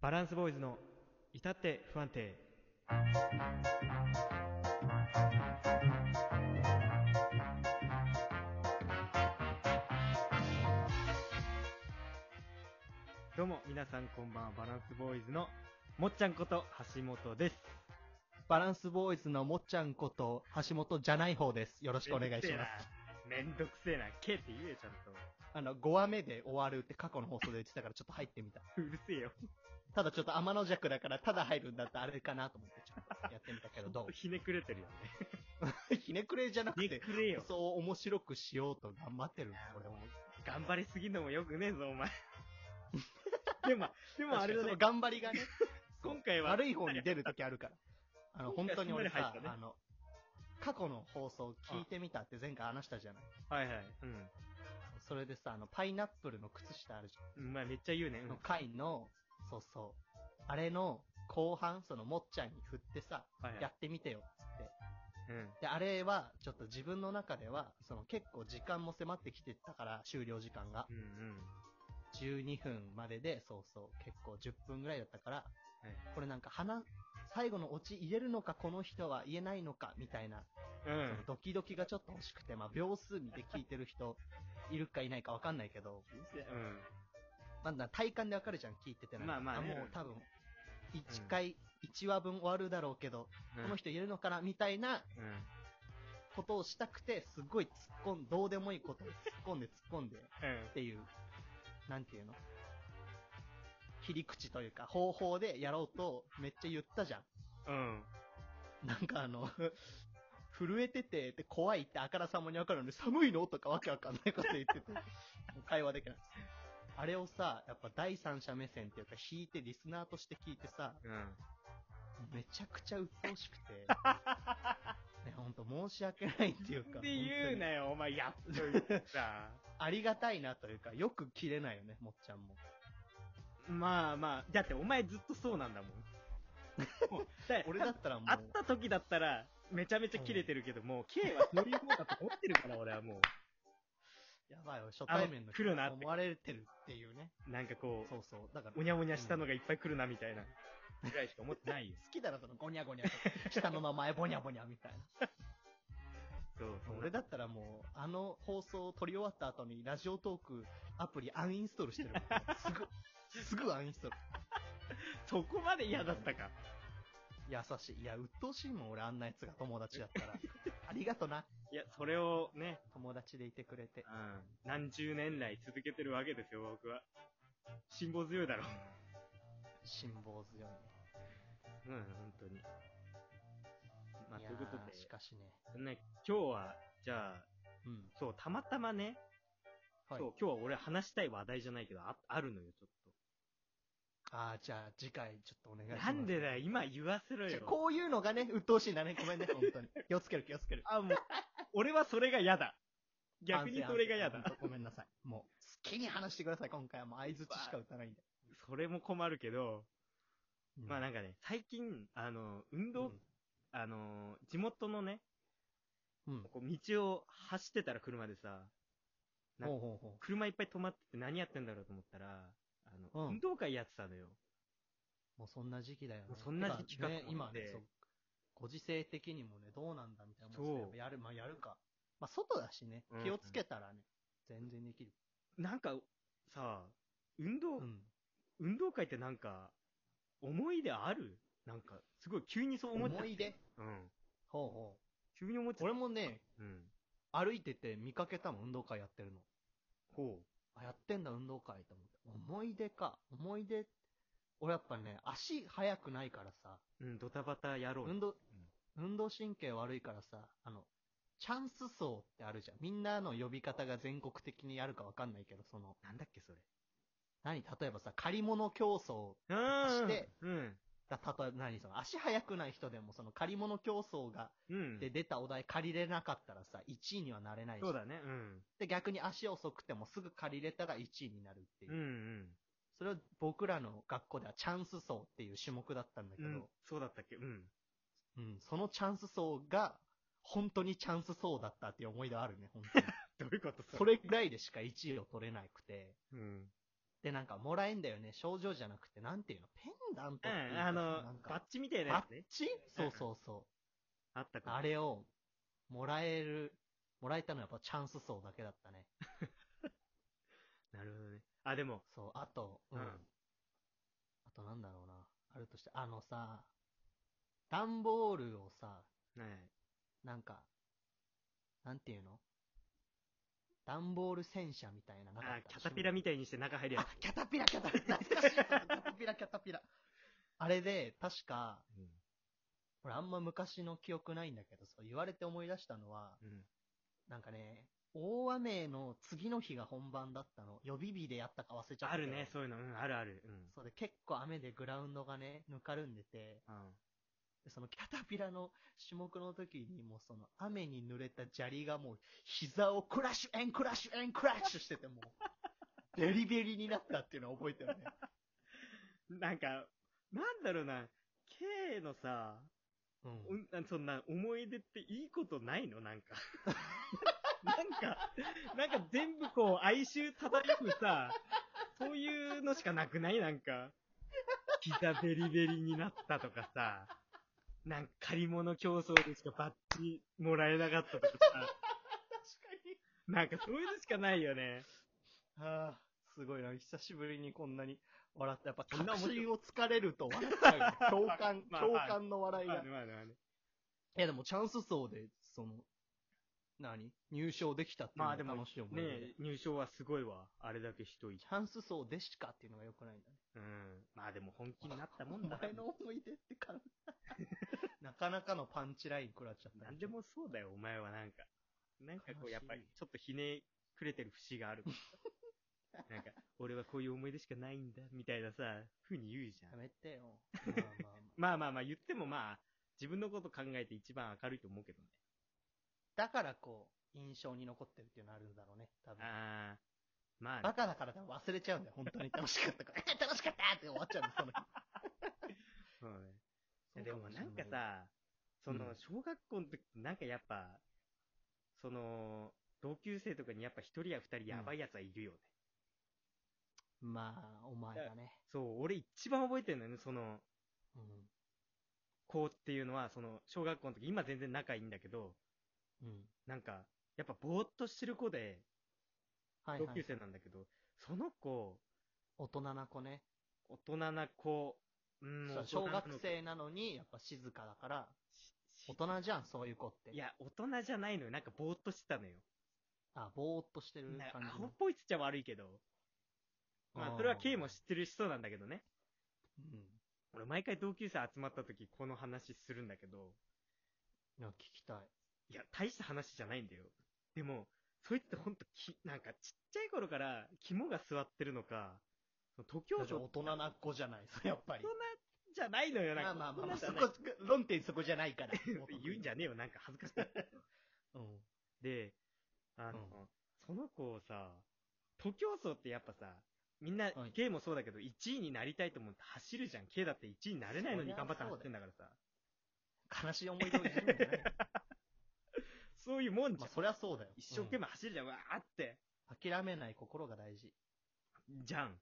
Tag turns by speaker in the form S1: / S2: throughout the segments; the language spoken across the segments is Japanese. S1: バランスボーイズの至って不安定。どうも皆さんこんばんはバランスボーイズのもっちゃんこと橋本です。
S2: バランスボーイズのもっちゃんこと橋本じゃない方です。よろしくお願いします。
S1: す。めんどくせえな、けって言えちゃんと。
S2: あの、5話目で終わるって過去の放送で言ってたからちょっと入ってみた。
S1: うるせえよ。
S2: ただちょっと天の弱だからただ入るんだったらあれかなと思ってちょっとやってみたけど、ど
S1: ひねくれてるよね。
S2: うひねくれじゃなく
S1: ひね
S2: て、
S1: くれよ。
S2: そう面白くしようと頑張ってるんだ、これも。
S1: 頑張りすぎるのもよくねえぞ、お 前。でも、でもあれだね
S2: 確、かにその頑張りがね、
S1: 今回は
S2: 悪い方に出るときあるから。あの、
S1: 今
S2: 本
S1: 回
S2: 当に俺
S1: すんな
S2: さ
S1: り入っ、たね
S2: あの、過去の放送聞いてみたって前回話したじゃない。
S1: はいはい。うん。
S2: それでさ、あの、パイナップルの靴下あるじゃん。
S1: うんまあめっちゃ言うね。う
S2: の
S1: ん
S2: 回の、そうそう。あれの後半、そのもっちゃんに振ってさ、
S1: はいはい
S2: やってみてよ、つって。
S1: うん。
S2: で、あれは、ちょっと自分の中では、その結構時間も迫ってきてたから、終了時間が
S1: う。んうん。
S2: 12分までで、そうそう、結構10分ぐらいだったから、
S1: はい
S2: これなんか話、最後のオチ言えるのか、この人は言えないのか、みたいな、
S1: う
S2: その
S1: ん。
S2: ドキドキがちょっと欲しくて、まあ、秒数見て聞いてる人、いるかいないかわかんないけど、まだ体感でわかるじゃん、聞いててなんか
S1: まあまあね
S2: もう多分、1回、1話分終わるだろうけど、
S1: うん。
S2: この
S1: 人。
S2: 人言えるのかなみたい
S1: う
S2: な
S1: ん。
S2: ことをしたくて、すごい突っ込ん、どうでもいいことを突っ込んで突っ込んでっ
S1: うん。
S2: ていう、なんていうの切り口というか、方法でやろうとめっちゃ言ったじゃ
S1: うん。
S2: ん。なんかあの、 震えてて、で怖いってあからさまにわかるのに、寒いのとかわけわかんないこと 言ってて、もう会話できない。あれをさ、やっぱ第三者目線っていうか、引いてリスナーとして聞いてさ、
S1: うん。
S2: めちゃくちゃ鬱陶しく て。ね、ほんと申し訳ないっていうか。
S1: で言うな
S2: 本
S1: よ、お前、やっと言 った。
S2: 当にありがたいなというか、よく切れないよね、もっちゃんも。
S1: まあまあ、だってお前ずっとそうなんだ もん。もうだ
S2: 俺だったらも
S1: 会っ
S2: う、
S1: た時だったら、めちゃめちゃ切れてるけども、K はそういうもんだと思ってるから、俺はも
S2: やばいよ、初対面
S1: あ
S2: の
S1: の来るなって
S2: 思われてるっていうね。
S1: う。なんかこ
S2: そうそう。だか
S1: う、お
S2: ら、好
S1: にゃおにゃしたのがいっぱい来るな、みたいな。ぐらいしか思ってないよ。
S2: きだろ、そのゴニャゴニャとか、下の名前ボニャボニャみたいな。
S1: そうそう。
S2: 俺だったらもう、あの放送を撮り終わった後に、ラジオトークアプリアンインストールしてるもん、すぐ、すぐアンインストール。
S1: そこまで嫌だったか。
S2: 優しい。いや、鬱陶しいもん、俺あんなやつが友達だったら。ありがとな、
S1: いや、それをね、
S2: 友達でいてくれて。
S1: うん、何十年来続けてるわけですよ、僕は。辛抱強いだろ。
S2: 辛抱強いね。
S1: うん、本当に。まあ、
S2: い
S1: と
S2: や
S1: いう
S2: ー
S1: こと
S2: しかしね。
S1: で、ね、今日は、じゃあ、
S2: うん。
S1: そう、たまたまね、
S2: はい
S1: そう。、今日は俺話したい話題じゃないけど、ああるのよ、ちょっ
S2: ああ、じゃあ次回ちょっとお願いし
S1: と。
S2: ます。
S1: なんでだよ、今言わせろ
S2: じゃ
S1: よ
S2: あ。こういうのがね、鬱陶しいんだね。ご めんね、本当に。気をつける気をつける。
S1: あ、もう、 俺はそれが嫌だ。逆に
S2: 反省
S1: それが嫌。
S2: 反省
S1: だ。
S2: 本当ごめんなさい。もう、好きに話してください、今回は。もう相づちしか打たないんで。
S1: それも困るけど、
S2: うん
S1: まあなんかね、最近、あの、運動、あの、地元のね、
S2: うん。うん
S1: こう道を走ってたら車でさ、なんか
S2: ほうほうほ
S1: 車いっぱい止まってて何やってんだろうと思ったら、あの、
S2: うん
S1: 運動会やってたのよ。
S2: う。もうそんな時期だよね
S1: もう。そんな時期か
S2: てね
S1: と思っ
S2: 今
S1: て
S2: ね、そう。ご時世的にもね、どうなんだみたいな思ってたけど
S1: そう
S2: やる、まあやるか。まあ外だしね
S1: うん、
S2: 気をつけたらね、全然できる。
S1: なんか、さ、運動、
S2: うん。
S1: 運動会ってなんか、思い出あるなんか、すごい急にそう思っちゃっ
S2: 思い出
S1: うん。
S2: ほうほ
S1: 急に思っち
S2: う。
S1: ゃっ
S2: 俺もね、
S1: た。うん。
S2: 歩いてて見かけたもん、運動会やってるの。
S1: ほ
S2: あ、やってんだ、運動会と思って。思い出か。思い出。俺やっぱね、足速くないからさ、
S1: う。うん、ドタバタやろう。
S2: 運動、運動神経悪いからさ、あの、チャンス層ってあるじゃん。みんなの呼び方が全国的にあるかわかんないけど、その、
S1: なんだっけ、それ。
S2: 何例えばさ、借り物競争。
S1: あー
S2: して、
S1: うん。
S2: だ、たとえ、何その、足速くない人でも、その借り物競争が、
S1: うん。
S2: で出たお題借りれなかったらさ、1位にはなれないし。
S1: そうだね。うん。
S2: で、逆に足遅くてもすぐ借りれたら1位になるっていう
S1: う。ん
S2: それを僕らの学校ではチャンス層っていう種目だったんだけ
S1: うん。う
S2: ど、
S1: ん。そうだったっけうん。
S2: うんそのチャンス層が本当にチャンス層だったっ ていう思い出あるね、本当に。
S1: どういうこと
S2: それぐらいでしか1位を取れなくて、
S1: うん。
S2: で、なんか、もらえんだよね。症状じゃなくて、なんていうのペンダントっていう
S1: うん、
S2: か
S1: あ
S2: な
S1: の
S2: ん、
S1: バッ
S2: か、
S1: チみたいな
S2: バ
S1: や
S2: ッ
S1: つね。
S2: チそうそうそ
S1: あった
S2: う。
S1: か
S2: あれを、もらえる、もらえたのはやっぱチャンス層だけだったね。
S1: なるほどね。あ、でも、
S2: そう、あと、うん。
S1: うん
S2: あとなんだろうな。あるとして、あのさ、段ボールをさ、
S1: はい。
S2: なんか、なんていうの段ボール戦車みたいななか
S1: あ
S2: っ、た。
S1: キャタピラみたいにして中入るや
S2: あ
S1: つ。、
S2: キャタピラ、キャタピラ、懐かしい。キャタピラ、キャタピラ。あれで、確か、俺あんま昔の記憶ないんだけど、そう言われて思い出したのは、
S1: うん。
S2: なんかね、大雨の次の日が本番だったの。予備日でやったか忘れちゃった
S1: あ
S2: けど。
S1: るね、そういうの。うん、あるある。うん。
S2: そうで、結構雨でグラウンドがね、ぬかるんでて、でそのキャタピラの種目の時にもうその雨に濡れた砂利がもう膝をクラッシュエンクラッシュエンクラッシュしてても う、ベリベリになったっていうのは覚えてるね。
S1: うん。なんか、なんだろうな、K のさ、
S2: うん。
S1: うん、あそんな思い出っていいことないの なんか。なんか、なんか全部こう哀愁漂うさ、そういうのしかなくないなんか。膝ベリベリになったとかさ、なんか借り物競争でしかバッジもらえなかったとかさ、なんかそういうのしかないよね。
S2: はあ、すごいな。久しぶりにこんなに笑った。やっぱ
S1: こんな面
S2: 確
S1: 白い
S2: 信をつかれると笑っちゃ う。共感、
S1: まあ
S2: 共感の笑い
S1: まあ
S2: が
S1: ね。まあねまあね。
S2: いやでもチャンス層で、その、何入賞できたっていう
S1: まあで
S2: のは
S1: も
S2: 楽しい思い出で。
S1: ね入賞はすごいわ。あれだけしといて
S2: チ。ャンス層でしかっていうのが良くないんだね。
S1: うん。まあでも本気になったも
S2: お
S1: んだ。
S2: 前の思い出ってかなかなかのパンチライン食らっちゃったね。
S1: なんでもそうだよ、お前はなんか。なんかこ
S2: 悲し
S1: う、
S2: い
S1: やっぱり、ちょっとひねくれてる節 があるから。なんか、俺はこういう思い出しかないんだ、みたいなさ、風に言うじゃ
S2: や
S1: ん。
S2: めてよ。ま
S1: まあ
S2: あまあまあ
S1: まあまあ、言ってもまあ、自分のこと考えて一番明るいと思うけどね。
S2: だからこう、印象に残ってるっていうのあるんだろうね。多分。
S1: あー、まあね、
S2: バカだから多分忘れちゃうんだよ。本当に楽しかったから。え 楽しかったって終わっちゃうんだよ、その日。
S1: そうね
S2: そう
S1: で
S2: か
S1: も
S2: しれ
S1: なんか、さ、そ
S2: うん
S1: の、小学校の時ってなんかやっぱ、その、同級生とかにやっぱ一人や二人やばいやつはいるよね。
S2: まあ、お前だね。
S1: そう、俺一番覚えてるのよね、その、
S2: うん。
S1: 子っていうのは、その、小学校の時、今全然仲いいんだけど、
S2: うん。
S1: なんか、やっぱぼーっとしてる子で、
S2: はい、
S1: 同
S2: は
S1: 級
S2: い。
S1: 生なんだけど、その子、
S2: 大人な子ね。
S1: 大人な子、うん
S2: そう小学生なのに、やっぱ静かだから、大人じゃん、そういう子って。
S1: い。や、大人じゃないのよ。なんかぼーっとしてたのよ。
S2: あ、ぼーっとしてる
S1: なんか
S2: 感
S1: ア
S2: じ
S1: ホっ
S2: の。
S1: ぽいっちゃ悪いけど、まあ、それは K も知ってる人なんだけどね。
S2: うん。
S1: 俺、毎回同級生集まった時、この話するんだけど、
S2: いや、聞きたい。
S1: いや、大した話じゃないんだよ。でも、そいつってほんとき、なんかちっちゃい頃から肝が座ってるのか、その徒競
S2: 大
S1: 走
S2: 人な子じゃない、それやっぱり
S1: 大。人じゃないのよ、なん
S2: ま
S1: か。
S2: あまあまあまあ、
S1: 大人
S2: そ
S1: じゃない
S2: こ、論点そこじゃないから。
S1: 言うんじゃねえよ、なんか恥ずかしい。
S2: うん。
S1: で、あの、
S2: うん
S1: その子をさ、徒競走ってやっぱさ、みんな、
S2: はい
S1: K もそうだけど、1位になりたいと思って走るじゃん。K だって1位になれないのに頑張って走ってんだからさ。
S2: 悲しい思い出をいじるんじゃ ないよ
S1: そういうもんじゃん。
S2: まあ、そりゃそうだよ。
S1: 一生懸命走るじゃん、わーって。
S2: うん諦めない心が大事。
S1: じゃん。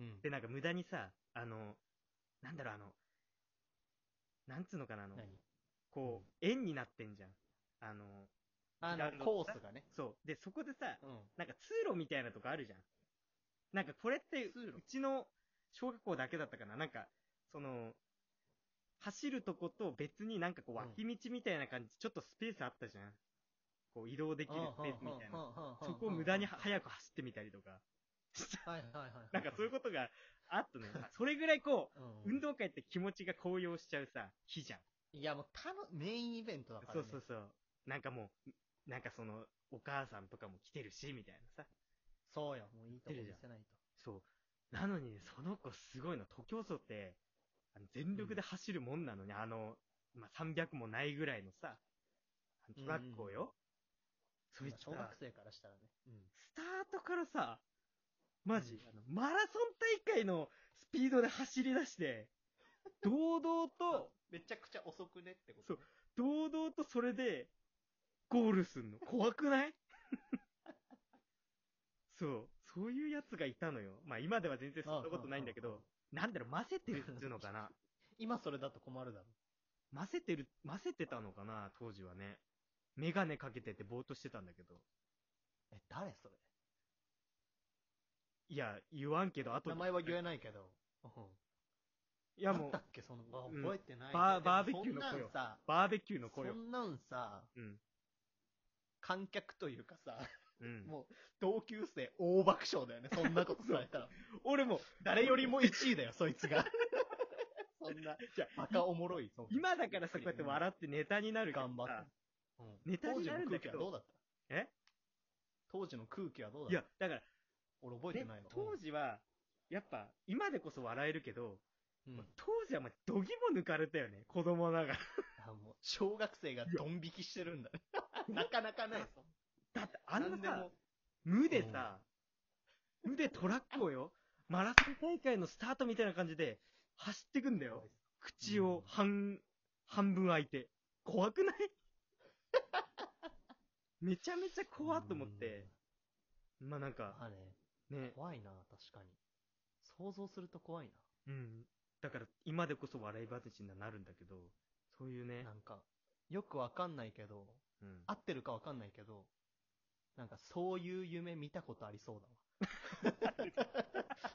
S2: うん。
S1: で、なんか無駄にさ、あの、なんだろう、あの、なんつうのかな、あの、
S2: 何
S1: こう、円になってんじゃん。あの、
S2: あ
S1: ラウ
S2: の
S1: ン、ド
S2: コースがね。
S1: そう。で、そこでさ、
S2: うん。
S1: なんか通路みたいなとこあるじゃん。なんかこれって、う
S2: 通路
S1: ちの小学校だけだったかな。なんか、その、走るとこと別になんかこう
S2: うん
S1: 脇道みたいな感じ、ちょっとスペースあったじゃん。こう移動できるスペースみたいな。
S2: な
S1: そこを無駄には
S2: く。
S1: 早く走ってみたりとか。
S2: はいはいはい。
S1: なんかそういう
S2: こ
S1: ことがあったね。それぐらいこ
S2: と。
S1: う、運動会って気持ちが高揚しちゃうさ、日じゃん。
S2: いや、もう、たの、メインイベントだから、ね。
S1: そうそうそう。なんかもう、なんかその、お母さんとかも来てるし、みたいなさ。
S2: そうよ。もういいとこ見せないと。
S1: そう。なのにね、その子すごいの。徒競走って、あの全力で走るもんなのに、あの、まあ、300もないぐらいのさ、あのトラックをよ。そいつ
S2: 小
S1: さ
S2: 学、生からしたらね。
S1: スタートからさ、マジ、あのマラソン大会のスピードで走り出して、堂々と、
S2: めちゃくちゃ遅くねってこと
S1: ね堂々とそれで、ゴールすんの。怖くない そう。そういうやつがいたのよ。まあ今では全然そんなことないんだけど、なんだろう、混ぜてるっつうのかな。
S2: 今それだと困るだろ。
S1: 混ぜてる、混ぜてたのかな、当時はね。メガネかけててぼーっとしてたんだけど。
S2: え、誰それ
S1: いや、言わんけど、後で
S2: 名前は言えないけど。うん。
S1: いや
S2: あ
S1: も
S2: った
S1: う
S2: っ、けその、あ
S1: うん
S2: 覚えてないね、
S1: バー
S2: でも
S1: バーベキューの声を
S2: そんなんさ、
S1: バーベキューの声を
S2: そ。んなんさ、
S1: うん。
S2: 観客というかさ、
S1: うん。
S2: もう、同級生大爆笑だよね、そんなことされたら。
S1: 俺も、
S2: 誰よりも1位だよ、そい つが。そんな、
S1: じゃ
S2: バカおもろい、そんな
S1: 今だからさ、こうやって笑ってネタになるけどさ
S2: 頑張って。うん
S1: ネタになるんだけど
S2: 当時の空気はど
S1: え
S2: うだった当時の空気はどうだった
S1: いや、だから、
S2: 俺覚えてないわ
S1: で。当時は、やっぱ、今でこそ笑えるけど、
S2: うん、うん
S1: 当時はまあ、どぎも抜かれたよね、子供なが ら。
S2: あもう小学生がドン引きしてるんだね。 なかなかないぞ。
S1: だって、あん
S2: なんで
S1: なさ
S2: も、
S1: 無でさ、無でトラックをよ、マラソン大会のスタートみたいな感じで、走ってくんだよ。口を半、半分開いて。怖くない めちゃめちゃ怖っと思って。まあなん
S2: うん。
S1: か、
S2: まあね、
S1: ね、
S2: 怖いな、確かに。想像すると怖い
S1: うん。だから今でこそ笑い話にはなるんだけど、そういう
S2: な。
S1: ね
S2: な、んか、よくわかんないけど、
S1: うん
S2: 合ってるかわかんないけど、なんかそういう夢見たことありそう だわ。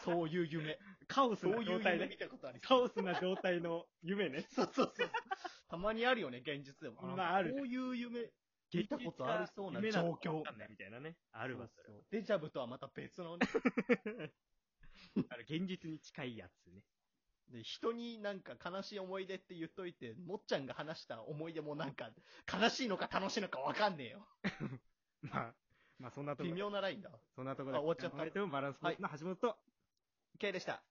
S2: そういう夢。
S1: カオス
S2: そう
S1: な
S2: いう
S1: 状態
S2: 夢
S1: ね
S2: 見。たことあり
S1: カ
S2: そう。
S1: オスな状態の夢ね。
S2: そうそうそう。たまにあるよね、現実でも。
S1: まあある
S2: こういう夢見たことありそうな
S1: 夢
S2: 状
S1: の
S2: 況。
S1: なんだみたいなね。あるわ、そ
S2: そうそうデジャブとはまた別のね。
S1: れある現実に近いやつね。
S2: で人になんか悲しい思い出って言っといて、もっちゃんが話した思い出もなんか、悲しいのか楽しいのかわかんねえよ。
S1: まあ、まあそんなとこ
S2: 微
S1: ろで。
S2: 妙なラインだわ。
S1: そんなところで。
S2: あ終わっちゃった
S1: おめでとうバランスボールの橋本と。
S2: K でした。